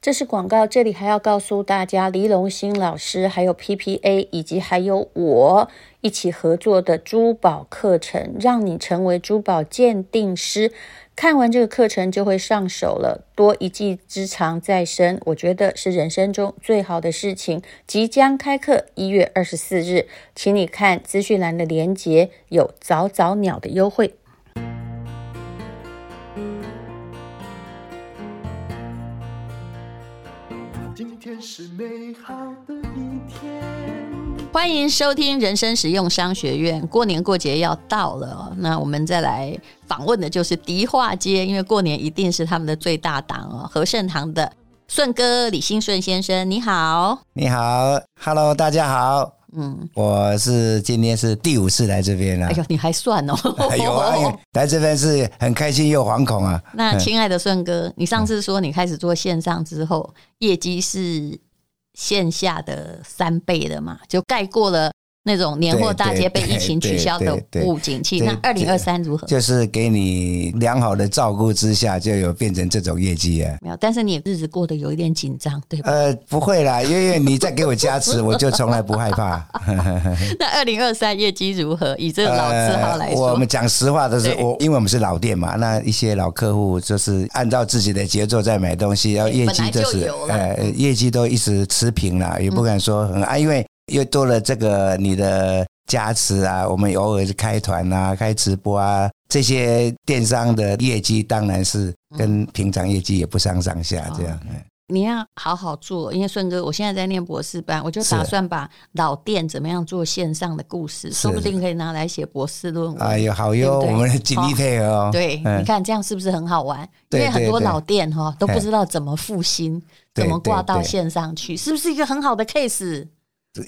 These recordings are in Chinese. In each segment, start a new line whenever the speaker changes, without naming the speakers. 这是广告，这里还要告诉大家，黎龙兴老师还有 PPA 以及还有我一起合作的珠宝课程，让你成为珠宝鉴定师。看完这个课程就会上手了，多一技之长在身，我觉得是人生中最好的事情。即将开课，一月二十四日，请你看资讯栏的连结，有早早鸟的优惠。
今天是美好的一天。
欢迎收听人生实用商学院。过年过节要到了哦，那我们再来访问的就是迪化街，因为过年一定是他们的最大档哦。和盛堂的顺哥李兴顺先生，你好。
你好，Hello，大家好，
嗯，
我是今天是第五次来这边啊了
哎，呦，你还算 哦。
有啊，有来这边是很开心又惶恐啊。
那亲爱的顺哥，你上次说你开始做线上之后，业绩是线下的三倍的嘛，就盖过了那种年货大街被
对对
疫情取消的
对对对
不景气。
对
那二零二三如何？
就是给你良好的照顾之下，就有变成这种业绩啊。
没有，但是你日子过得有一点紧张，对吧？
呃，不会啦，因为你再给我加持，我就从来不害怕。呃
那二零二三业绩如何？以这个老字号来说，
我们讲实话的是，
对
我因为我们是老店嘛，那一些老客户就是按照自己的节奏在买东西，然后业绩
本
就
来就是有了嗯
呃业绩都一直持平了，也不敢说很啊，因为又多了这个你的加持啊，我们偶尔是开团啊、开直播啊，这些电商的业绩当然是跟平常业绩也不相上下这
哦
样。哎
你要好好做，因为顺哥，我现在在念博士班，我就是打算把老店怎么样做线上的故事，说不定可以拿来写博士论文。
哎呦，好
对
哟，
不对
我们尽力配合哦。
对，
嗯
你看这样是不是很好玩？因
对
为很多
对对嗯
老店哈都不知道怎么复兴，
对
怎么挂到
对对
线上去，是不是一个很好的 case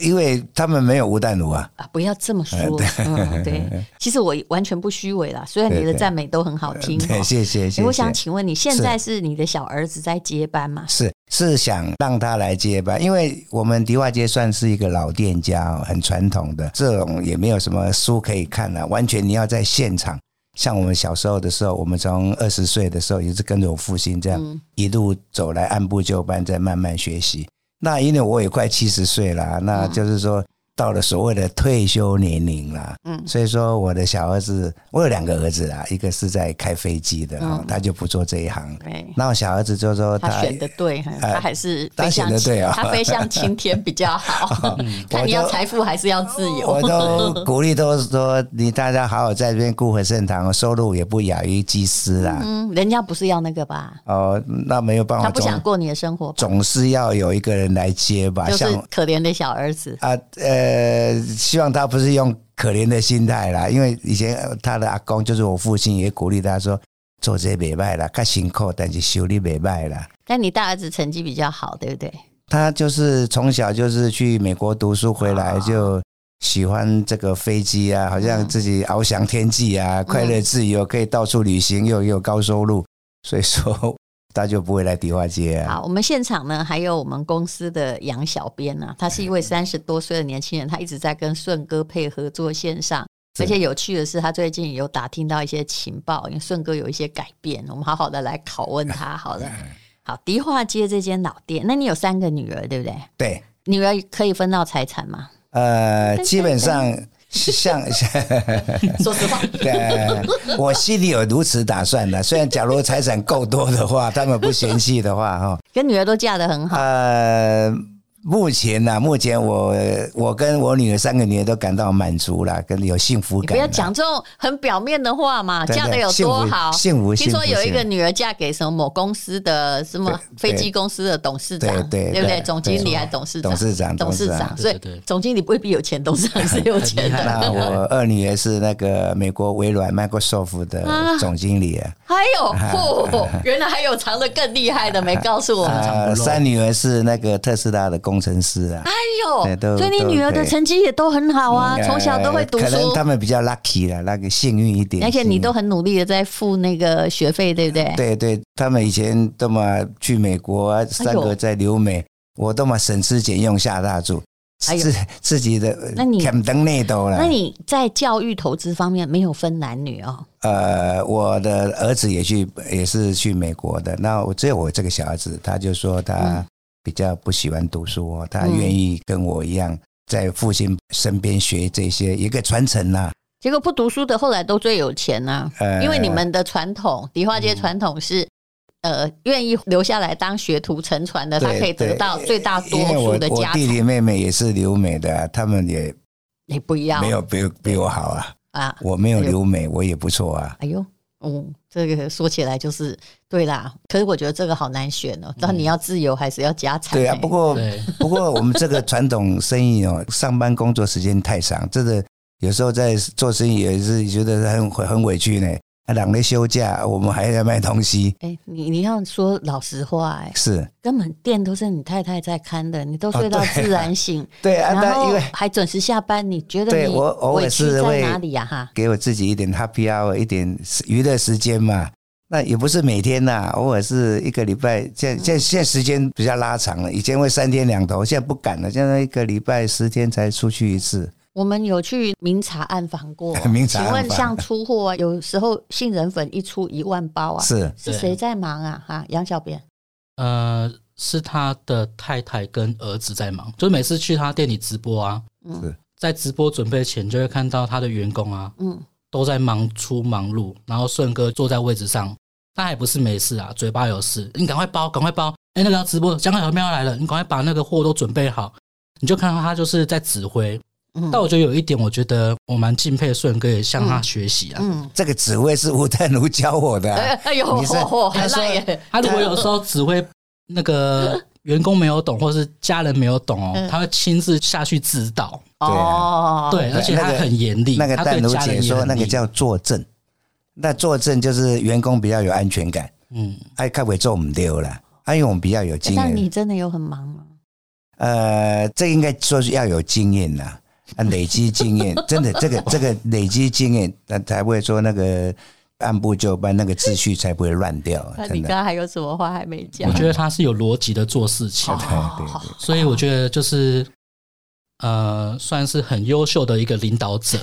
因为他们没有吴淡如啊。
啊？不要这么说，嗯，对，其实我完全不虚伪啦，虽然你
对
的
对
赞美都很好听
对，
哦，
谢谢谢谢。
诶我想请问你，现在是你的小儿子在接班吗？
是是想让他来接班，因为我们迪化街算是一个老店家、哦，很传统的，这种也没有什么书可以看了、啊完全你要在现场。像我们小时候的时候，我们从二十岁的时候也是跟着我父亲这样、
嗯
一路走来，按部就班，在慢慢学习。那因为我也快七十岁啦，那就是说到了所谓的退休年龄啦，嗯，所以说我的小儿子，我有两个儿子啊啦，一个是在开飞机的、哦，他就不做这一行，
嗯对，
那我小儿子就说
他选的对，他还是飞向
他选得对啊
他飞向青天比较 好。看你要财富还是要自
我
由？
都鼓励都说你大家好好在这边顾回盛堂，收入也不亚于技师啦。
嗯，人家不是要那个吧？
哦，那没有办
他
法，
不想
总
过你的生活吧，
总是要有一个人来接吧。
就是
像
可怜的小儿子。
啊呃，希望他不是用可怜的心态啦，因为以前呃他的阿公就是我父亲，也鼓励他说做这袂歹啦，较辛苦，但是修理袂歹啦。
但你大儿子成绩比较好，对不对？
他就是从小就是去美国读书回来就喜欢这个飞机啊，好像自己翱翔天际啊，快乐自由，可以到处旅行，又又有高收入， 所以说他就不会来迪化街啊。
好，我们现场呢还有我们公司的杨小编啊，他是一位三十多岁的年轻人，他一直在跟顺哥配合做线上。而且有趣的是，他最近有打听到一些情报，因为顺哥有一些改变，我们好好的来拷问他。好了，好，迪化街这间老店，那你有三个女儿，对不对？
对，
女儿可以分到财产吗？
呃，基本上像
说实话，
呃，我心里有如此打算的。虽然假如财产够多的话，他们不嫌弃的话，哈、
跟女儿都嫁得很好，
呃，目前呢、目前我我跟我女儿三个女儿都感到满足了，跟有幸福
你
感啦。
不要讲这种很表面的话嘛，
真的
嫁得有多好？
幸福幸
听
福
说
幸福
有一个女儿嫁给什么某公司的什么
对
飞机公司的董事长，
对对
不对？
对
总经理还是董事长？
董事长
董事
董事
长。
长
所以
对对对
总经理未必有钱，董事长是有钱
很厉害
的。
啦
那我二女儿是那个美国微软 Microsoft 的总经理啊，
还 有，哎嚯，原来还有藏得更厉害的，没告诉 我们。
呃，三女儿是那个特斯拉的工程师啊。
哎呦
对，都
所以你
都
女儿的
对
成绩也都很好啊，
呃
从小都会读
可能
书
他，们比较 lucky 了，那个幸运一点。
而且
幸
你
运
都很努力的在付那个学费，对不对？
对对，他们以前都嘛去美国啊，三个在留美，我都嘛省吃俭用下大注。
哎哎呦
自自己的
那你
肯登内斗了。
那你在教育投资方面没有分男女哦？
呃，我的儿子也去，也是去美国的。那我只有我这个小儿子，他就说
嗯
他比较不喜欢读书哦，他愿意跟我一样在父亲身边学这些一个传承呐、
结果不读书的后来都最有钱呐、
呃，
因为你们的传统，迪化街传统
嗯
是。呃，愿意留下来当学徒沉传的，他
对
可以得
对
到最大多
因为
数
我
的
我
家
弟
产。
弟妹妹也是留美的啊，他们也
你不要
没有比比我好啊。
啊？
我没有留美，我也不错啊。
哎呦，嗯，这个说起来就是对啦。可是我觉得这个好难选哦，但你要自由还是要家产、
嗯对啊，
哎
不过
对，
不过我们这个传统生意哦，上班工作时间太长，真的有时候在做生意也是觉得很很委屈呢。啊，两个休假，我们还在卖东西，
哎、你你要说老实话、哎，
是
根本店都是你太太在看的，你都睡到
哦对啊
自然醒，
对 啊。
然
但
后
因为
还准时下班，你觉得
对
你
我偶
委
尔
屈
是
在
会
哪里呀、哈，
给我自己一点 happy hour，一点娱乐时间嘛。那也不是每天呐、偶尔是一个礼拜。
嗯
现现现在时间比较拉长了，以前会三天两头，现在不敢了，现在一个礼拜十天才出去一次。，
我们有去明察暗访过
明察暗访
请问像出货、啊，有时候杏仁粉一出一万包啊，
是
是
对
谁在忙啊？哈，杨小编，
呃，是他的太太跟儿子在忙，就是每次去他店里直播啊，
是
嗯
在直播准备前就会看到他的员工啊
嗯，
都在忙出忙碌，然后顺哥坐在位置上，他还不是没事啊，嘴巴有事，你赶快包，赶快包，哎、那个要直播，香港小喵要来了，你赶快把那个货都准备好。你就看到他就是在指挥，
嗯
但我觉得有一点，我觉得我蛮敬佩顺哥，也向他学习啊。
嗯，
这个紫薇是吴淡如教我的啊、
哎哎呦，
你是
很
他说
烂耶，
他如果有时候指挥 那个员工没有懂，或是家人没有懂哦
嗯，
他会亲自下去指导，
啊
哦，
对，而且他很严厉，
那个
他
淡
对
如
家
姐
人也
说，
很
那个
厉害
叫坐镇，那坐镇就是员工比较有安全感，
嗯，
哎，开会做唔丢了，啊，因为我们比较有经
但
验
你。真的有很忙吗？
呃，这应该说是要有经验啦，啊，累积经验，真的，这个这个累积经验，那才会说那个按部就班，那个秩序才不会乱掉，啊
那你
哦
刚
真的。
刚还有什么话还没讲
我？觉得他是有逻辑的做事情
对，对对，
所以我觉得就是呃，算是很优秀的一个领导 者，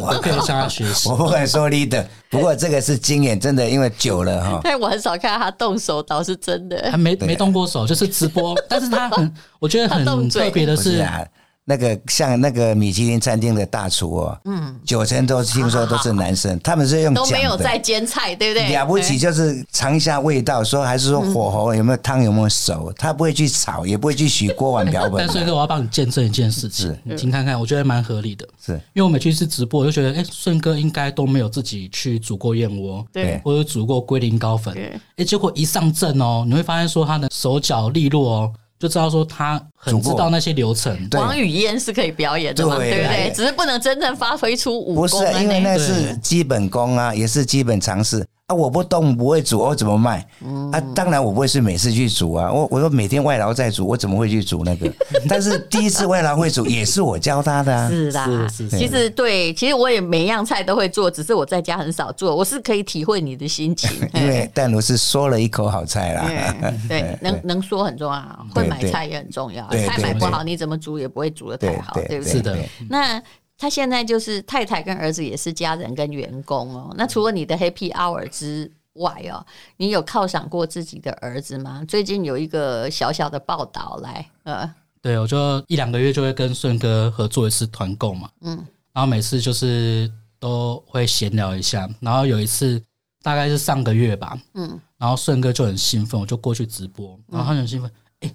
哦
我可以向他学习
我。不敢说 leader，不过这个是经验，真的，因为久了哈。
但我很少看到他动手，倒是真的
他。没
啊
没动过手，就是 直播，但是他很，我觉得
他动
很
嘴
特别的
不是
是，
啊，那个像那个米其林餐厅的大厨哦，
嗯，
九成都听说都是男生，他们是用
都没有
讲的
在煎菜，对不对？
了不起就是尝一下味道，说还是说火候有没有汤有没有熟，他不会去炒，也不会去洗锅碗瓢盆
但是哥，我要帮你见证一件事情
是，
你听看看，我觉得蛮合理的。
是
因为我每去一次直播，我就觉得，哎、顺哥应该都没有自己去煮过燕窝，
对
或者煮过龟苓膏粉。哎
对、
结果一上阵哦，你会发现说他的手脚利落哦，就知道说他很
煮过
知道那些流程。
对
王语嫣是可以表演的嘛，
对
对不对
哎？
只是不能真正发挥出武
不
功啊
是
而已。
因为那
对
是基本功啊，也是基本常识啊。我不动不会煮，我怎么卖？
嗯
啊，当然我不会是每次去煮啊。我我说每天外劳在煮，我怎么会去煮 那个？但是第一次外劳会煮也是我教他的啊。
是啦，
是是
其实对，其实我也每样菜都会做，只是我在家很少做。我是可以体会你的心情，
因为淡如是说了一口好菜啦，
嗯对，能能说很重要，会
对
买
对
菜也很重要。啊
对
菜
对
买不
对
好，你怎么煮也不会煮的
对
太好，
对
对不对
对
是？的
对
那他现在就是太太跟儿子也是家人跟员工哦。那除了你的 Happy Hour 之外哦，你有犒赏过自己的儿子吗？最近有一个小小的报道来，呃，
对，我就一两个月就会跟顺哥合作一次团购嘛，
嗯
然后每次就是都会闲聊一下。然后有一次大概是上个月吧，
嗯，
然后顺哥就很兴奋，我就过去直播，然后他就很兴奋，哎、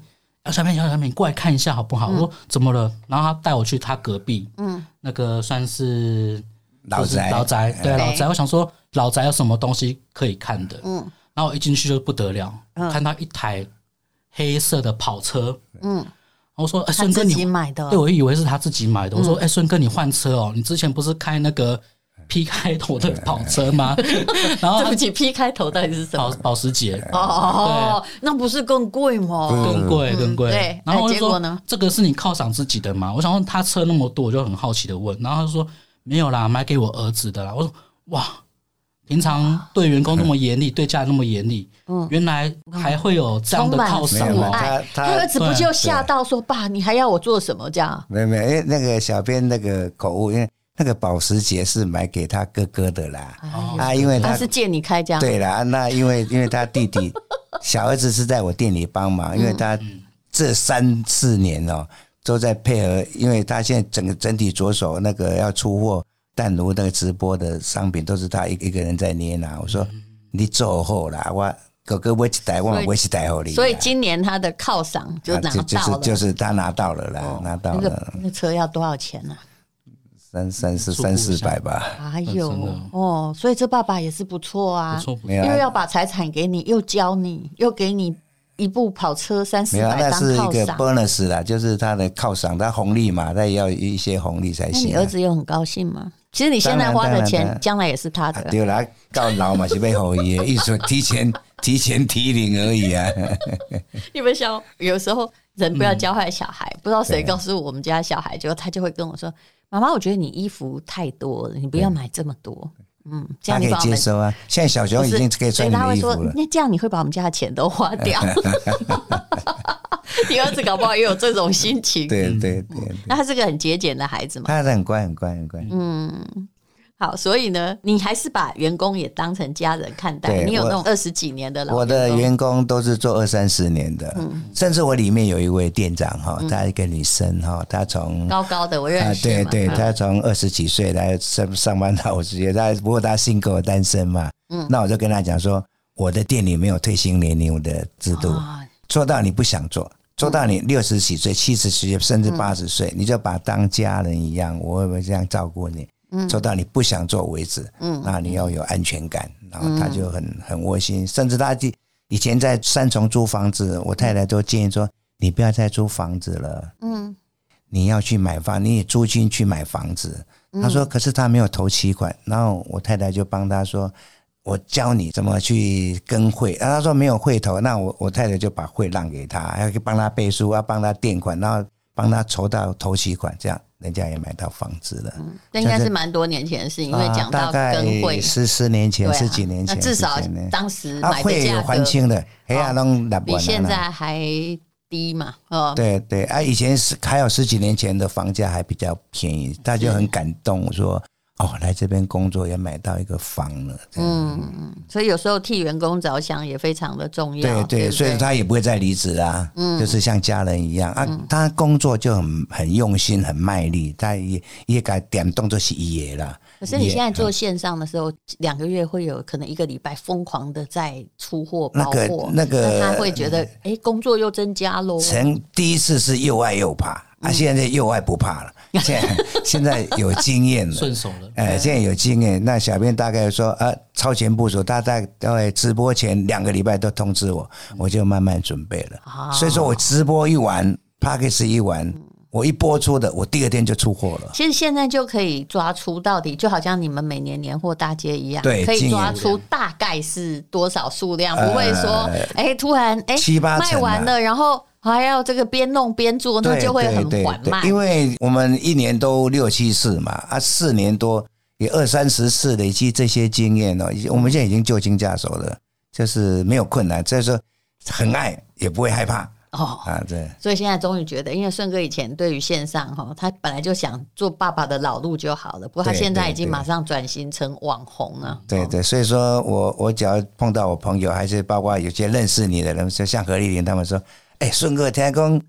姚小妹，姚小妹，你过来看一下好不好？我说怎么了？然后他带我去他隔壁，
嗯
嗯，那个算是
老
就是
宅嗯
老宅，对
对
老宅。我想说老宅有什么东西可以看的？
嗯
嗯，然后我一进去就不得了，看到一台黑色的跑车，
嗯，
我说，哎，
他
顺哥
自己
你，
买的哦、嗯
对我以为是他自己买的，我说，哎，顺哥你换车哦，你之前不是开那个 P 开头的跑车 吗？然后
对
他
不起，P 开头到底是什
保
么？
保时捷，
哦，那不是更贵吗？
哦更贵更贵。
对
然后我
哎
就
结
说
果呢
这个是你犒赏自己的吗？我想问他车那么多，我就很好奇的问，然后他就说没有啦，买给我儿子的啦。我说哇，平常对员工那么严厉，对家人那么严厉，
嗯
原来还会有这样的
充满
犒
没
赏
有
哦
父。爱
他
他儿
他
子不就吓到说：“爸，你还要我做什么？”这样
没有没有，因为那个小编那个口误，因为那个保时捷是买给他哥哥的啦，啊，因为
哦他
他
是借你开这样，
对啦，啊那因为因为他弟 弟小儿子是在我店里帮忙，
嗯
因为他这三四年哦都在配合，因为他现在整个整体着手那个要出货淡如那个直播的商品都是他一一个人在捏拿。我说你走后啦，我哥哥我一台，我
嗯所以
我一台给你啦。
所以今年他的犒赏就
啊
拿
就就
到
是
了。哦
就是他拿到了啦，拿到
那
了
个那车要多少钱呢、
三三四
出
三
乎意
四
料
百吧。
啊？哎呦
真的
哦，所以这爸爸也是不错啊，
不错不
没有
错，
啊
因为要把财产给你，又教你，又给你一部跑车三四
没有啊，
百
那
当
是一
犒
个
赏，
bonus 啦，就是他的犒赏，他红利嘛，他也要一些红利才
那
行、
你
啊
儿。子有很高兴吗？其实你现在
当然
花的
当然当
钱，
然
将来也是他
啊，
的。
对啦，到老嘛是被吼伊的，意 思提前提前提领而已啊。
你们想，有时候人不要
嗯
教坏小孩，不知道
啊
谁告诉我们家小孩，就他就会跟我说：“妈妈，我觉得你衣服太多了，你不要买这么多。”嗯，这
他
样你
可以
把我
接
们
受啊，现在小熊已经可以
所
穿
以
你
他
的
会
衣服
说
了，。
那这样你会把我们家的钱都花掉。 你儿子搞不好也有这种心情。
对对对，对
那他是个很节俭的孩子嘛。
他是很乖很乖很乖。
嗯好，所以呢，你还是把员工也当成家人看待。
对
你有那种
我
二十几年的老
我的
工嗯
员工都是做二三十年的，甚至我里面有一位店长哈，她一个女生哈，她从
高高的，我认
啊，
识
对
嘛
对，
嗯
他从二十几岁来上上班到五十岁，他不过他性格单身嘛，嗯，那我就跟他讲说，我的店里没有退休年龄的制度，
啊
做到你不想做，做到你六十几岁、七十几岁甚至八十岁，你就把当家人一样，我会不会这样照顾你？做到你不想做为止，嗯，那你要有安全感，然后他就很很窝心，甚至他以以前在三重租房子，我太太都建议说，你不要再租房子了，
嗯，
你要去买房，你以租金去买房子。
嗯
他说，可是他没有投期款，然后我太太就帮他说，我教你怎么去跟会。然后他说没有会头，那我我太太就把会让给他，还要帮他背书，要帮他垫款，然后帮他筹到投期款，这样人家也买到房子了。
那应该
就是是
蛮多年前的事，嗯情，因为
啊
讲
大
到
概
跟会，
十十年
对
前、
啊
十几年
那
前，
至少
之前呢
当时
啊
买的
会
价
有
格
还清的，黑
哦
亚龙拿不
比
完
现
了啦。
在还低嘛，哦，
啊对对啊，以前是还有十几年前的房价还比较便宜，他就很感动，我说哦，来这边工作也买到一个房了。嗯，
所以有时候替员工着想也非常的重要。
对
对嗯
对，
不
所以他也不会再离职啦，就是像家人一样啊，
嗯
他工作就很很用心，很卖力，他也也该点动作是爷啦。
可是你
也嗯
现在做线上的时候，两个月会有可能一个礼拜疯狂的在出货、
那
包
个
货，
那个
他会觉得，哎，工作又增加喽。
曾第一次是又爱又怕，
嗯
啊，现在又爱不 怕了，现在现在有经验了
顺。手了。
哎，
嗯
现在有经验，那小编大概说，呃，超前部署，大概大概直播前两个礼拜都通知我，
嗯
我就慢慢准备了。
啊
所以说我直播一完 p a c k a g e 一完，
嗯
我一播出的，我第二天就出货了。
其实现在就可以抓出到底，就好像你们每年年货大街一样，
对
可以
今年
抓
呃
出大概是多少数量，不会说，哎，突然哎
七八
卖
成啊
完了，然后还要这个边弄边做，那
对
就会
对
很
对
缓
对
慢。
因为我们一年都六七次嘛，啊，四年多也二三十次累积这些经验哦，已经我们现在已经就轻驾熟了，就是没有困难，再说很爱也不会害怕
哦，
啊，对。
所以现在终于觉得，因为顺哥以前对于线上哈，他本来就想做爸爸的老路就好了，不过他
对
现在
对
已经
对
马上转型成网红啊了。
对对，所以说我我只要碰到我朋友，还是包括有些认识你的人，就像何丽玲他们说，哎、顺哥，听讲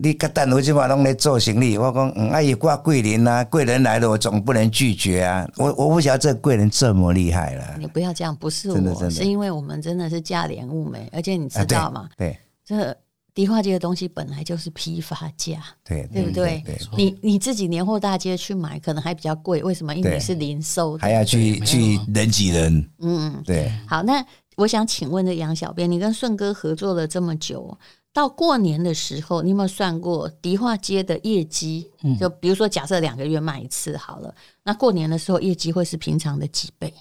你甲淡如即嘛拢咧做行李，我讲嗯，啊伊挂桂林啊，贵人来了，我总不能拒绝啊。我我不晓得这贵人这么厉害了
你不要这样，不是
真的真
我，
的
是因为我们真的是价廉物美，而且你知
啊，对
道吗？
对
这迪化街的东西本来就是批发价，
对
对不对？
嗯对，
你你自己年货大街去买可能还比较贵，为什么？因为
对
你是零售的
还要去去人挤人，
嗯，
对。
好，那我想请问的杨小编，你跟顺哥合作了这么久，到过年的时候，你有没有算过迪化街的业绩？就比如说，假设两个月卖一次好了，那过年的时候业绩会是平常的几倍？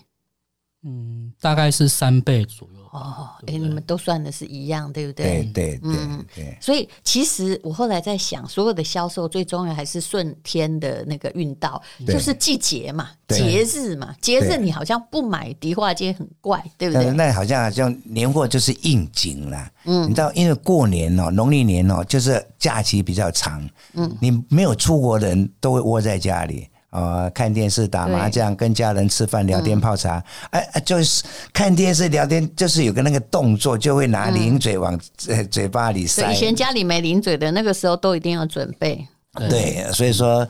嗯，大概是三倍左右吧。
哦，哎、
对不对
你们都算的是一样，对不
对
对？
对对
嗯
对，
所以其实我后来在想，所有的销售最重要还是顺天的那个运道，
对
就是季节嘛，
对
节日嘛，节日
对
你好像不买迪化街很怪，对不
但是
对？
那好像好像年货就是应景啦，嗯，你知道，因为过年哦，农历年哦，就是假期比较长，嗯，你没有出国的人都会窝在家里。呃，看电视、打麻将、跟家人吃饭、聊天、泡
嗯
茶，哎、啊就是看电视、聊天，就是有个那个动作，就会拿零嘴往、
嗯
呃嘴巴里
所
塞。
以以前家里没零嘴的那个时候都一定要准备。
对，所以说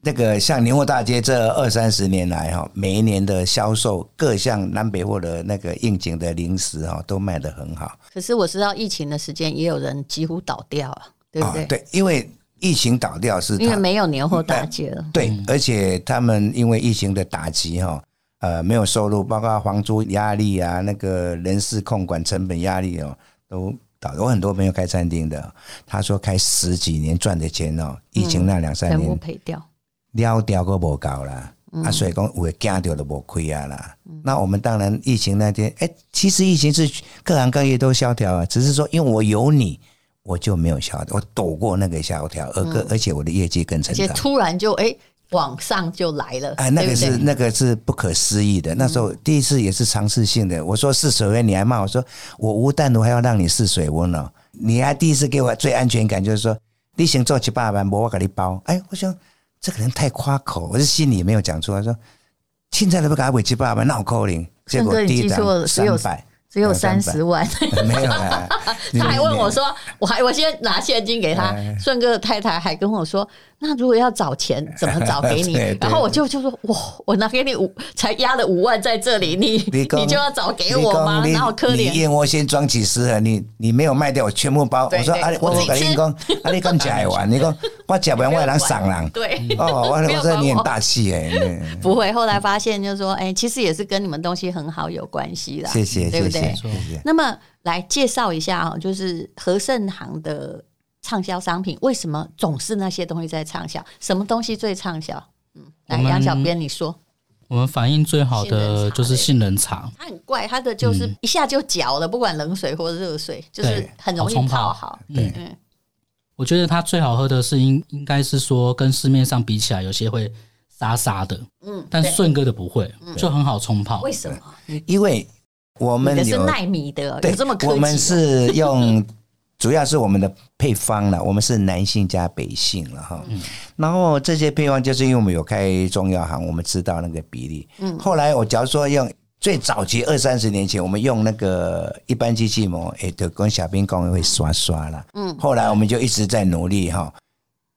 那个像年货大街这二三十年来哈，每一年的销售各项南北货的那个应景的零食哈，都卖得很好，
可是我知道疫情的时间也有人几乎倒掉啊，对不对？
啊对，因为疫情倒掉是
因为嗯
它
没有年货大街了。
对，而且他们因为疫情的打击哈。呃，没有收入，包括房租压力啊，那个人事控管成本压力哦，都倒。我很多朋友开餐厅的，哦他说开十几年赚的钱哦，疫情那两
嗯
三
全部
年
赔掉，
了掉个无够啦，
嗯
啊，所以讲有的惊到都无亏啊啦。那我们当然疫情那天，哎、其实疫情是各行各业都萧条啊，只是说因为我有你，我就没有萧条，我躲过那个萧条，而个、而且我的业绩更
嗯
成
而且
长。
突然就哎、往上就来了，
哎，那个是
对不嗯对？
那个是不可思议的。那时候第一次也是尝试性的，我说试水温，你还骂我说我无弹炉还要让你试水温哦，你还第一次给我最安全感就是说你先做七八万，我我给你包。哎，我想这个人太夸口，我是心里没有讲出来，说现在都不给他尾七八万，那我扣零。结
顺
果
哥
第一
你记错
张
了只有
三百，
只有三
300
十万，
没有啦。
他还问我说：“我还我先拿现金给他。”
哎
顺哥的太太还跟我说：“那如果要找 钱，怎么找给你
对对？”
然后我就就说：“哇，我拿给你五，才压了五万在这里，你
你讲
你就要找给我吗？
你
那
讲
好可
你你
怜。
燕窝先装几十盒，你你没有卖掉，我全部包。
对
我说
对
啊，
我
我
自己
我跟
吃
你讲，啊，你敢吃会完？你讲我吃不完，我人赏 人”。
对，
哦，我
没有
我说你
管我
很大气哎， 嗯
不会。后来发现就是说，哎，其实也是跟你们东西很好有关系啦，
谢
啊
谢
对不
谢谢
对
谢？谢。
那么来介绍一下哈，就是和盛行的畅销商品，为什么总是那些东西在畅销？什么东西最畅销？嗯，来，
我们
杨小编你说。
我们反应最好
杏仁
的
茶
就是
类
杏仁茶，
它很怪，它的
嗯
就是一下就搅了，不管冷水或热水，就是
对
很容易
好冲
泡
泡
好。
对
嗯，
我觉得它最好喝的是应应该是说跟市面上比起来，有些会沙沙的，
嗯，
但
对嗯
顺哥的不会，就很好冲泡
为。什么？你
因为我
你
们
的是
有
纳米的哦，
对
有这么科技哦？
我们是 用，主要是我们的配方了，我们是男性加北性了哈。
嗯
然后这些配方就是因为我们有开中药行，我们知道那个比例。嗯，后来我假如说用最早期二三十年前，我们用那个一般机器膜，哎，就跟小兵工会刷刷了。嗯，后来我们就一直在努力哈。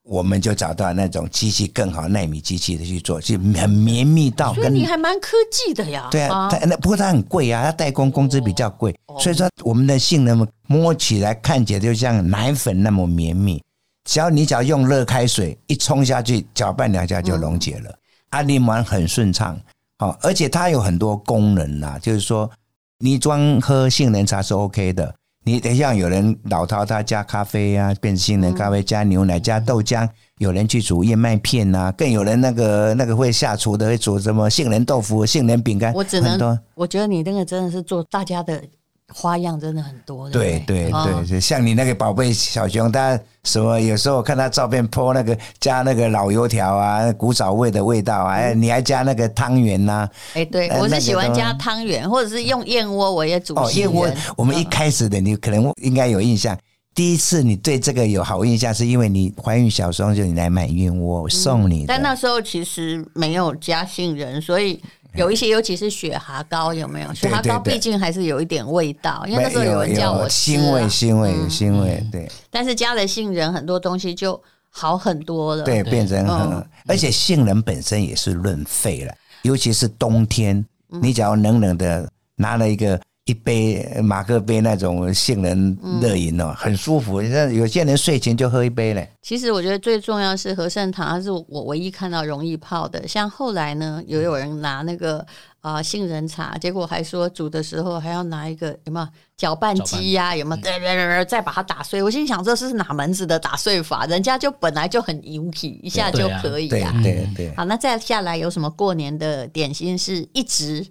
我们就找到那种机器更好、纳米机器的去做，就很绵密到
所以
跟
你还蛮科技的呀。
对啊，哦它那不过它很贵啊，它代工工资比较贵，所以说我们的性能摸起来看起来就像奶粉那么绵密，只要你只要用热开水一冲下去，搅拌两下就溶解了，啊，柠檬很顺畅，哦，而且它有很多功能啦、就是说你装喝杏仁茶是 OK 的。你等一下，有人老饕他加咖啡啊，变成杏仁咖啡，加牛奶，加豆浆；有人去煮燕麦片啊，更有人那个那个会下厨的会煮什么杏仁豆腐、杏仁饼干，
我只
很多
能，我觉得你那个真的是做大家的花样，真的很多。
对
不
对
啊
对，像你那个宝贝小熊，他什么有时候我看他照片 po 那个加那个老油条啊，古早味的味道啊，
嗯
哎你还加那个汤圆呐、
哎，对
呃
我
那
是
个
喜欢
的
加汤圆，或者是用燕窝，我也煮嗯
哦，
杏
燕窝
仁。
我们一开始的你可能应该有印象。第一次你对这个有好印象，是因为你怀孕小时候就你来买燕窝，我送你的。
但那时候其实没有加杏仁，所以有一些，尤其是雪蛤膏，有没有？雪蛤膏
哎对对
毕竟还是有一点味道，因为那时候有人叫我吃啊
腥味，腥味，腥味，对
但是加了杏仁，很多东西就好很多了。
对，变成
嗯
很，而且杏仁本身也是润肺了，尤其是冬天，你只要冷冷的拿了一个。一杯马克杯那种杏仁热饮哦，很舒服。像有些人睡前就喝一杯嘞，
其实我觉得最重要是和盛堂，它是我唯一看到容易泡的。像后来呢，也有人拿那个啊、呃杏仁茶，结果还说煮的时候还要拿一个有没有搅拌机呀、有没有、再把它打碎？我心想这是哪门子的打碎法？人家就本来就很牛皮，一下就可以啊
对啊
呀、
对对。
好，那再下来有什么过年的点心是一直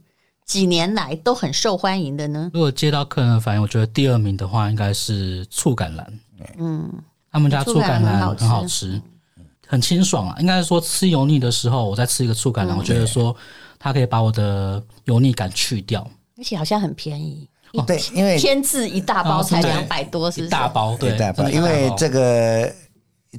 几年来都很受欢迎的呢？
如果接到客人的反应，我觉得第二名的话应该是醋橄榄，
嗯，
他们家醋橄榄
醋橄榄很
很
好
好
吃
吃，很清爽啊。应该是说吃油腻的时候，我再吃一个醋橄
嗯
榄，我觉得说它可以把我的油腻感去掉，
而且好像很便宜，
对，因为
天字一大包才
哦对
两百多，是不
一
是？
大包，对，
对大包，
真的一
因为
包
这个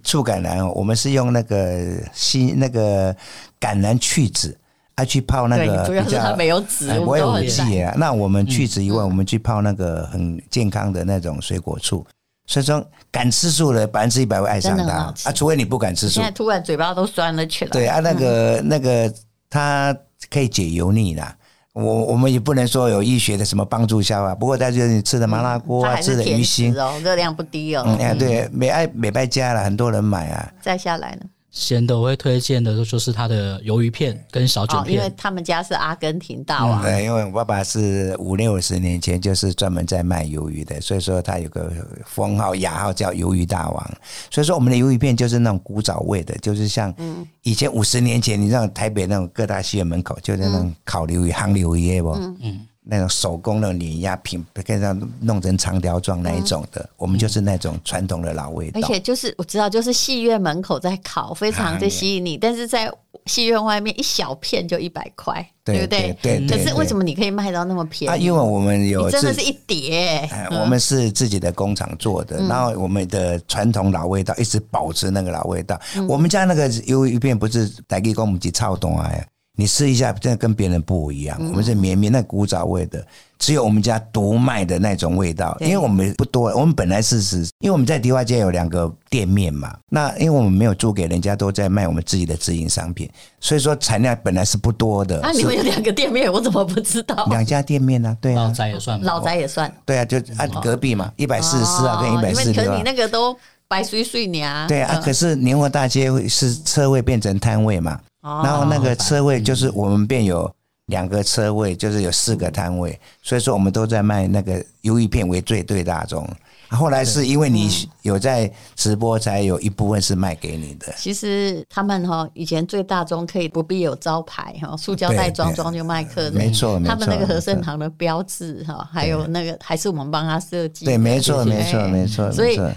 醋橄榄哦，我们是用那个新那个橄榄去籽，啊去泡那
对，
个
主要
比
是
较
它没有籽，
哎，
我
我
们都
有
很懒嗯
记啊。那我们去籽以外，我们去泡那个很健康的那种水果醋。所以说，敢吃素的百分之一百会爱上
真的
它
很好吃
啊，除非你不敢吃素
现在。嗯突然嘴巴都酸了起来。
对啊，那个那个，它可以解油腻啦。我我们也不能说有医学的什么帮助效啊，不过它就是你吃的麻辣锅
它
啊，
还
吃
是
的
甜
鱼
食
腥，
哦，热量不低哦。
嗯，哎、对，美爱美败家了，很多人买啊。
再下来呢？
咸的我会推荐的就是它的鱿鱼片跟小卷
哦，因为
片，
他们家是阿根廷啊大
嗯，
王，
对，因为我爸爸是五六十年前就是专门在卖鱿鱼的，所以说他有个封号雅号叫鱿鱼大王。所以说我们的鱿鱼片就是那种古早味的，就是像
嗯
以前五十年前，你知道台北那种各大戏院门口就是那种
嗯
烤鱿鱼、夯鱿鱼不？
嗯，
那种手工的碾压品，跟上弄成长条状那一种的，我们就是那种传统的老味道
嗯而。且就是我知道，就是戏院门口在烤，非常的吸引你，但是在戏院外面一小片就一百块，
对
不对？
对对
可
对
是为什
对
么你可以卖到那么便
啊，
宜？
因为我们有
你真的
自
是一嗯叠，
哎，我们是自己的工厂做的，
嗯
然后我们的传统老味道一直保持那个老味道。
嗯
我们家那个鱿鱼片不是台给公母鸡超懂哎，你试一下，真的跟别人不一
嗯
样。我们是绵绵那古早味的，只有我们家独卖的那种味道，
对
因为我们不多，我们本来是是，因为我们在迪化街有两个店面嘛，那因为我们没有租给人家，都在卖我们自己的直营商品，所以说产量本来是不多的，
啊，你
是
们有哦两个店面，我怎么不知道？
两家店面啊，对
老
啊。
宅也算吗
老宅也算，
对啊，就按隔壁嘛，一百四十四啊，跟一
嗯哦
百四
因为可
六
是
啊
你。那个都白碎碎呢啊。
对啊，
嗯
可是年货大街会是车位变成摊位嘛，
哦
然后那个车位就是我们便有两个车位，就是有四个摊
嗯
位，所以说我们都在卖那个鱿鱼片为最对大众。啊后来是因为你
嗯
有在直播，才有一部分是卖给你的。
其实他们哈、以前最大宗可以不必有招牌哈、塑胶袋装装就卖客人，
没错没错
他们那个和盛堂的标志哈、还有那个还是我们帮他设计的，
对，没错，没错，
哎
没错，
所
没
以
错。，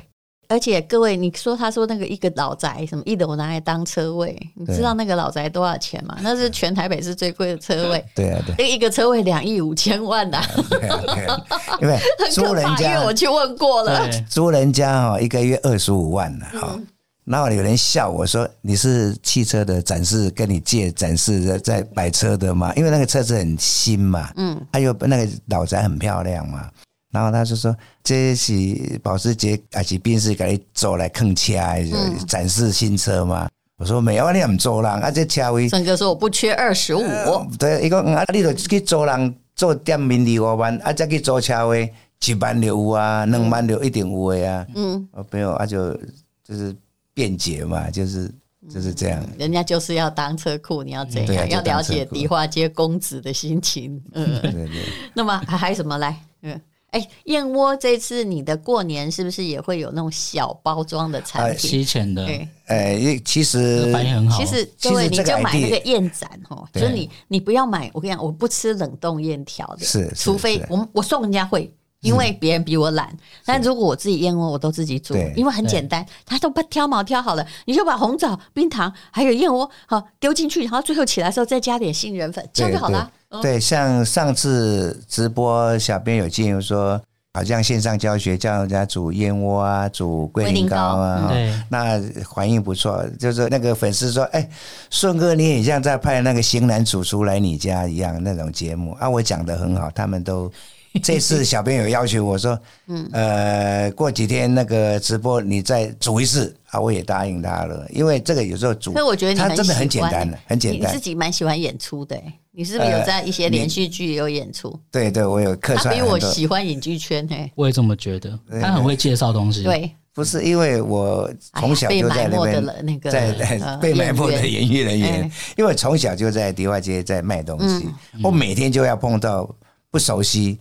而且各位，你说他说那个一个老宅什么一楼拿来当车位，你知道那个老宅多少钱吗？那是全台北市最贵的车位
对啊，对啊
那一个车位两亿五千万呐、
对啊，对 啊，因为
很
租
可
人
怕，因为
家
我去问过了。
对，
租人家哦，一个月二十五万呢，哈。然后有人笑我说：“你是汽车的展示跟你借展示的在摆车的吗？因为那个车子很新嘛，嗯，还有那个老宅很漂亮嘛。”然后他就说：“这是保时捷还是宾士给你做来坑车的，展示新车吗？”我说：“没有，啊，你唔做人啊，这车位
郑哥说：“我不缺二十五，
对，伊讲嗯啊，你著去租人做店面二五万，啊，再去租车位一万就有啊，两万就一定有的啊。
嗯，
哦，没有，啊就就是便捷嘛，就是就是这样。
人家就是要当车库，你要怎
对啊
样？
就
要了
当车
解
库
迪化街公子的心 情。”嗯，
对对对，
那么还还有什么来？嗯，哎，燕窝这次你的过年是不是也会有那种小包装的产品？
吸钱的，
对，
呃，因其
这
实
个反应很好。
其实
其
各位
实
你
这个
就买那
idea-
个燕盏哦，就
对
是你你不要买，我跟你讲，我不吃冷冻燕条的，
是是
除非
是嗯
我我送人家会。因为别人比我懒，但如果我自己燕窝，我都自己做
对，
因为很简单，它都把挑毛挑好了，你就把红枣、冰糖还有燕窝好丢进去，然后最后起来的时候再加点杏仁粉，这样就好了。嗯
对对，像上次直播，小编有建议说，好像线上教学教人家煮燕窝啊，煮龟苓膏啊，
龟苓膏嗯
哦那反应不错。就是那个粉丝说，哎，顺哥你很像在派那个型男主厨来你家一样那种节目啊，我讲的很好，他们都。 这次小编有要求我说，嗯，呃，过几天那个直播你再煮一次啊，我也答应他了，因为这个有时候煮，
所以我觉得你
它
们
真的很简单的，很简
你
单
自。己蛮喜欢演出的、欸，你是不是
呃
有在一些
你
连续剧也有演出？
对对，我有客
他
串
比
很多。
我喜欢影剧圈嘿、
我也这么觉得，他很会介绍东西。，
对，
不是因为我从小
哎呀
就在
被
那边
埋没的了那个
在
呃
被埋没的
演
演艺人员
哎，嗯
因为哦从小就在迪化街在卖东西，我每天就要碰到不熟悉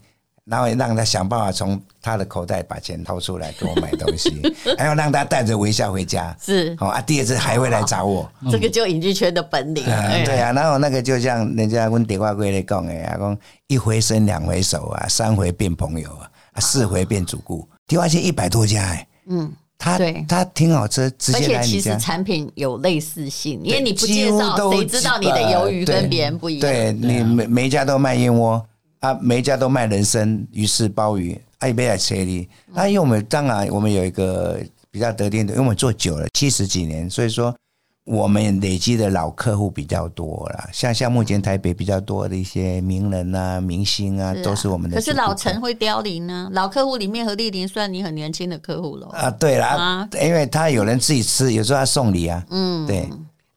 然后让他想办法从他的口袋把钱掏出来给我买东 西，还要让他带着微笑回家。
是
哦啊，第二次还会来找我。
这个就影剧圈的本领。
嗯，对
哎，
啊，然后那个就像人家问蝶挂龟咧讲诶，啊讲一回生两回熟啊，三回变朋友啊，啊四回变主顾。迪化街一百多家哎、
嗯，
他
啊对
他停好车直
而
接
且
来
其
你
实
家。
产品有类似性，因为你不
几
介
乎
绍，
都
谁知道你的
基本
鱿鱼跟别人不一样？啊
对你每每一家都卖燕窝啊，每一家都卖人参、鱼翅、鲍鱼，啊，也没来切你。啊，因为我们当然我们有一个比较得定的，因为我们做久了七十几年，所以说我们累积的老客户比较多啦。像像目前台北比较多的一些名人啊、明星啊，
啊
都是我们的
可
主顾客。
是老陈会凋零呢，老客户里面何丽玲算你很年轻的客户喽。
啊，对啦，
啊
因为他有人自己吃，有时候他送礼啊，
嗯，
对。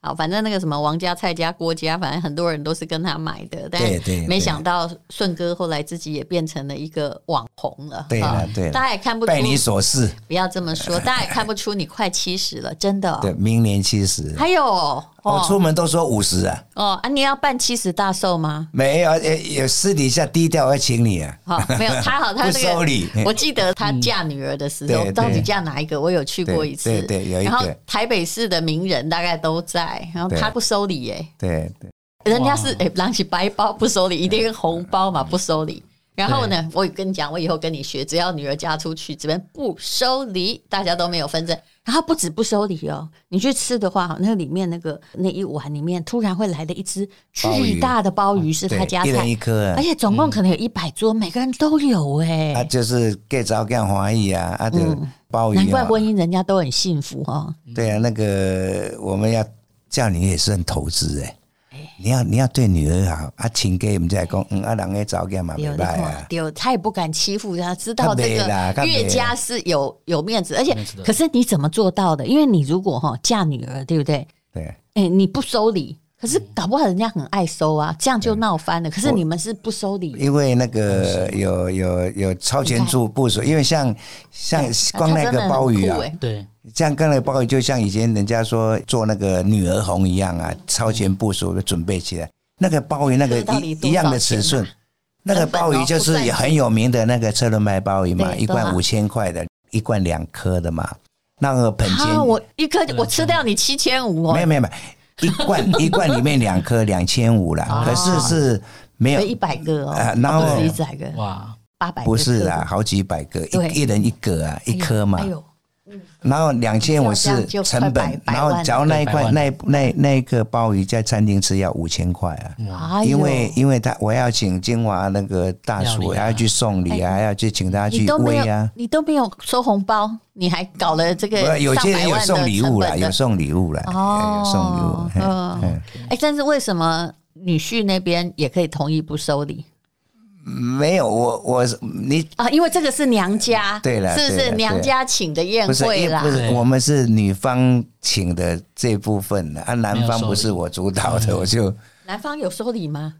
好，反正那个什么王家、蔡家、郭家，反正很多人都是跟他买的，但
对对
没想到顺哥后来自己也变成了一个网红了。
对啦
啊
对啦
大家也看不出
拜，你所赐，
不要这么说， 大家也看不出你快七十了，真的哦、
对，明年七十。
还有
我出
哦
门都说五十啊，
哦啊，你要办七十大寿吗？
没有，也也私底下低调要请你啊。
好，没有他好，他那
不收
个
礼
我记得他嫁女儿的时
对
候，
对
到底嫁哪一个？我有去过一次，
对对对有一个
然后台北市的名人大概都在，然后
对
他不收礼耶、
对对，
人家是哎，拿起白包不收礼，一定是红包嘛，不收礼。然后呢，我跟你讲，我以后跟你学，只要女儿嫁出去，这边不收礼，大家都没有纷争。然后不止不收礼哦，你去吃的话，那里面那个那一碗里面突然会来的一只
鲍
巨
鱼嗯
大的鲍鱼，是
对
他家
一人
菜
一，颗啊
而，且总共可能有一百桌，每个人都有哎、
啊，就是盖早干华裔啊，啊，就鲍鱼啊。
嗯难怪婚姻人家都很幸福哦。
对啊，那个我们要叫你也是很投资哎、你要你要对女儿好啊，请给我们再讲，嗯，啊，人个早干嘛
有
没
你
办
看
啊，
哎对，他也不敢欺负他，知道
较
这
袂 啦
个
较
岳
袂
家是有有面子，而且
面子的
可是你怎么做到的？因为你如果哈嫁女儿，对不对？
对。
哎，你不收礼，可是搞不好人家很爱收啊，这样就闹翻
嗯
了。可是你们是不收礼，啊
因为那个
嗯
有有有超前部部署，因为像像哎光那个鲍鱼啊，
哎，
对，
像刚才鲍鱼，就像以前人家说做那个女儿红一样啊，超前部署的准备起来。那个鲍鱼，那个
嗯这个到底
一
多少
一样的尺寸
钱，啊
那个鲍
成本
鱼
哦
就是也很有名的那个车轮牌鲍鱼嘛，
对
一
多
罐
少
五千块的，一罐两颗的嘛。那个本钱，
啊，我一颗我吃掉你七千五哦
没有，没有没有，一 罐一罐里面两颗两千五啦
哦，
可是是没有
一百个哦
啊，然
不
后
是一百个，
哇，
八百
不是啦，，好几百个，
对
一一人一个啊，一颗嘛
哎。呦，
然后两千五
这
是
样就快
成
百
本，
百
然
万
后假如那一
对百
块
万
那那那一个鲍鱼在餐厅吃要五千块啊，
嗯
哎呦
因为因为他我要请金华那个大
料
厨，
理啊
还要去送礼啊，还要去请他
哎你
去
都没
喂
有
啊，，
你都没有收红包，你还搞了这
不
个
有
上
些人
百
有
万的
送礼物啦，
成本的
有送礼物啦，哎
哦，
有送礼物嘿，
嗯，哎、但是为什么女婿那边也可以同意不收礼
没有我我你
啊？因为这个是娘家，
对啦
是不
对啦
是
对啦
娘家请的宴
不是
会啊
因
啦
不？是
对
我们是女方请的这部分的，啊男
没有
方
收
不是
礼
我主导的，我就
男方有收礼吗？啊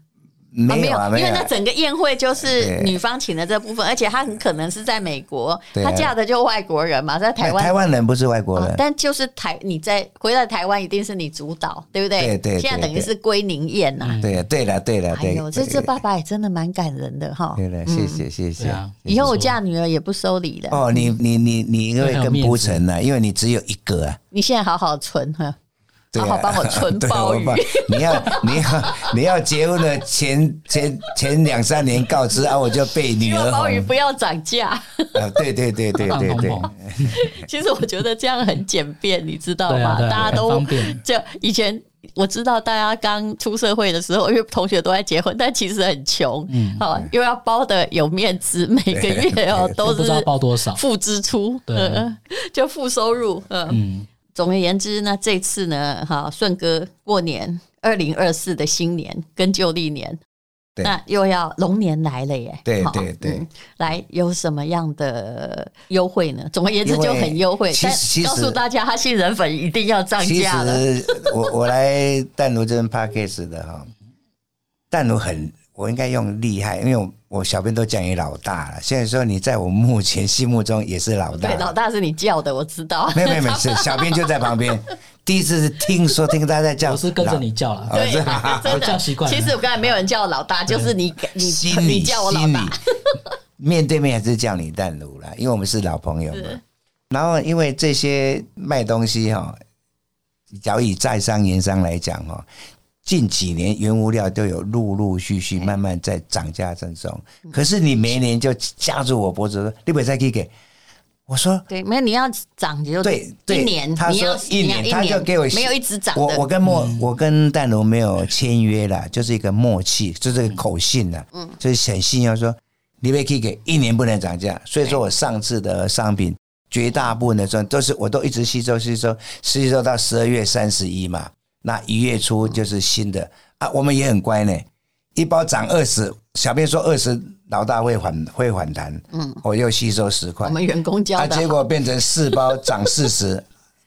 没有啊没
因
有
为那
啊。
整个宴会就是
对
女方请的这部分，而且她很可能是在美国，
对
她
啊
嫁的就外国人嘛，在台湾
台湾人不是外国
哦
人，
但就是台你在回到台湾一定是你主导，对不对？
对对对
现在等于
对
是归宁宴啊呐、
嗯
对对了对了
哎
对
呦，，这
对
这爸爸也真的蛮感人的哈。
对了，谢谢谢
对
谢。
啊，
以后我嫁女儿也不收礼了。
哦，你你你你因为
很有
更
面
铺
子
陈了，因为你只有一个啊。
你现在好好存哈，
对啊
好好帮我存
对
鲍
我
鱼
帮。你要你要 你要结婚的前前前两三年告知啊，我就被女
因
儿
为
红
鲍鱼不要涨价。
啊，对对对对对对
胖，
其实我觉得这样很简便，你知道
对
吗？
啊对啊
大家都
很方便
就以前。我知道大家刚出社会的时候，因为同学都在结婚，但其实很穷，
嗯
好、又要包的有面子，每个 月哦都
都不知道
是
报多少，
负支出，
对
嗯，就负收入，嗯。
嗯，
总而言之呢，这次呢，哈，顺哥过年二零二四的新年跟旧历年，
对
那又要龙年来了耶，
对
哈
对对
嗯来有什么样的优惠呢？总而言之
因为
就很优惠，
其
但
实
告
其实
诉大家，他新人粉一定要涨
其
价了，
实我我来淡如这边 p a c k a g e 的哈，淡如很我应该用厉害，因为我我小编都叫你老大了，现在说你在我目前心目中也是老大
对，，老大是你叫的，我知道，
没有没有没事，小编就在旁边。第一次是听说听大家在叫，
我是跟着
老
你叫了，
哦
对
是，
真
我叫习
的，
惯了
其实我刚才没有人叫我老大，就是你，你
心
你
里
叫我老
心里
大，
面对面还是叫你淡如啦，因为我们是老朋友嘛
是。
然后因为这些卖东西哈、假如以在商言商来讲哈、近几年原物料都有陆陆续续慢慢在涨价当中，可是你每一年就夹住我脖子说：“你别再去给。”我说
对，没有你要涨就
对对
一年，
他
你
说
要
一
你要
年
一
他就给我
没有一直涨
我我
的，
跟莫、我跟淡如没有签约啦，就是一个默契，就是一个口信啦，嗯，就是很信要说你别可以给一年不能涨价，所以说我上次的商品绝大部分的时候都是我都一直吸收吸收吸收到十二月三十一嘛，那一月初就是新的、啊，我们也很乖呢，一包涨二十，小编说二十，老大会反会反弹，嗯，我又吸收十块，
我们员工教
啊，
的
结
好，
果变成四包涨四十，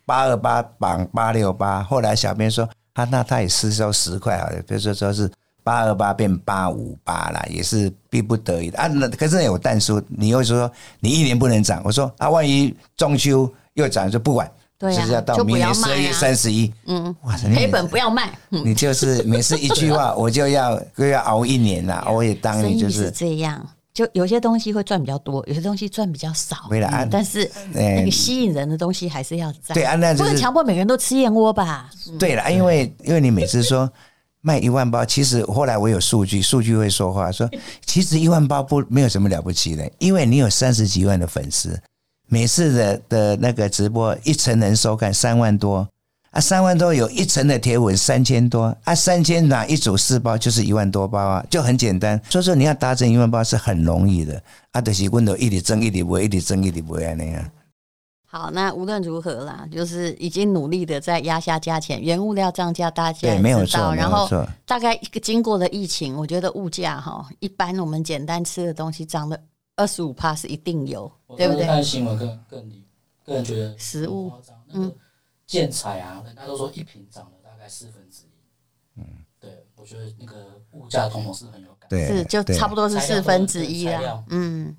八二八绑八六八。后来小编说，啊，那他也吸收十块好了，比如说说是八二八变八五八啦，也是逼不得已的啊。那可是有蛋叔，你又说你一年不能涨，我说啊，万一中秋又涨，就不管，
对啊
就是要到
就不
明年
要
十
卖啊
二月三十一，嗯，哇塞，你
赔本不要卖，嗯，
你就是每次一句话，我就要就要熬一年 啦，我也当
啊生
嗯你就
意
是
是这样。就有些东西会赚比较多，有些东西赚比较少，
没啦啊
嗯但是
哎
那个吸引人的东西还是要在。
对啊那就是
不能强迫每个人都吃燕窝吧？
嗯对了，因为因为你每次说卖一万包，其实后来我有数据，数据会说 话，说其实一万包不没有什么了不起的，因为你有三十几万的粉丝，每次的的那个直播一成人收看三万多啊，三万多有一成的铁粉三千多啊，三千拿一组四包就是一万多包啊，就很简单。所以说你要达成一万包是很容易的，啊，就是温度一直增一直不一直增一直不那样。啊
好，那无论如何啦，就是已经努力的在压下价钱，原物料涨价大家
对
也
没有
知
错
道，
没
然
有
后
错
大概一个经过了疫情，我觉得物价哈，一般我们简单吃的东西涨了二十五帕是一定有，对不对？
看新闻更更离，个人觉得
食物
夸张那
嗯
个建材啊，人家都说一瓶涨了大概四分之一。嗯，对，我觉得那个物价通膨是很有感。
对，
是就
对
差不多是四分之一
材料
啦
都。
嗯，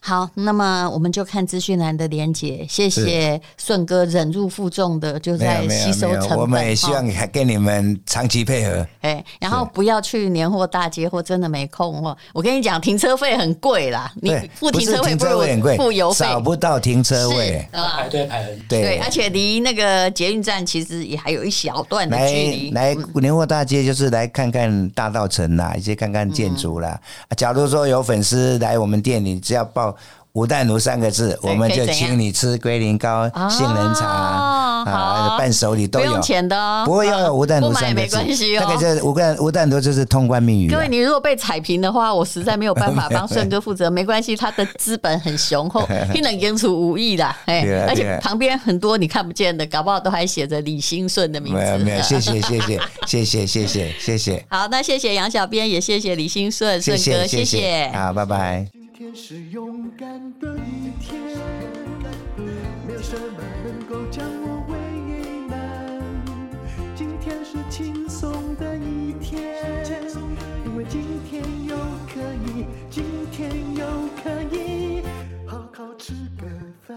好，那么我们就看资讯栏的连接，谢谢顺哥忍辱负重的就
没有
在
没
吸
有
收
没
成
有，
本，
我们也希
哦
望还跟你们长期配合。
哎，然后不要去年货大街或真的没空哦。我跟你讲，停车费很贵啦，你
对，
付
不
停
是
车费
停
不
车
如
位很贵，
付油费，
找不到停车哎位。
是啊。
排队排很久。
对，
对
而，且离那个捷运站其实也还有一小段的
来
距离。嗯
来年货大街就是来看看大道城啦，一些看看建筑
嗯
啦。啊假如说有粉丝来我们店里，只要报“吴淡如”三个字，
对
我们就
可以怎样
请你吃龟苓膏、杏仁茶
哦好
啊，伴手礼都
不
有
用。钱的哦，
不会 要有吴淡
不
如
买
三个
没
字
关系，哦。
那个就是啊吴淡吴淡如就是通关密语
各
啦
位，。你如果被踩平的话，我实在没有办法帮顺哥负责，没关系，他的资本很雄 厚，一能言出无益啦，哎
对啊对啊，
而且旁边很多你看不见的，搞不好都还写着李兴顺的名字。
没有没有，谢谢谢谢谢谢谢谢谢谢
好，那谢谢杨小编，也谢谢李兴顺
谢
顺
谢
哥，
谢
谢
谢，好，拜拜。
今天是勇敢的一天，没有什么能够将我为难。今天是轻松的一天，因为今天又可以，今天又可以好好吃个饭，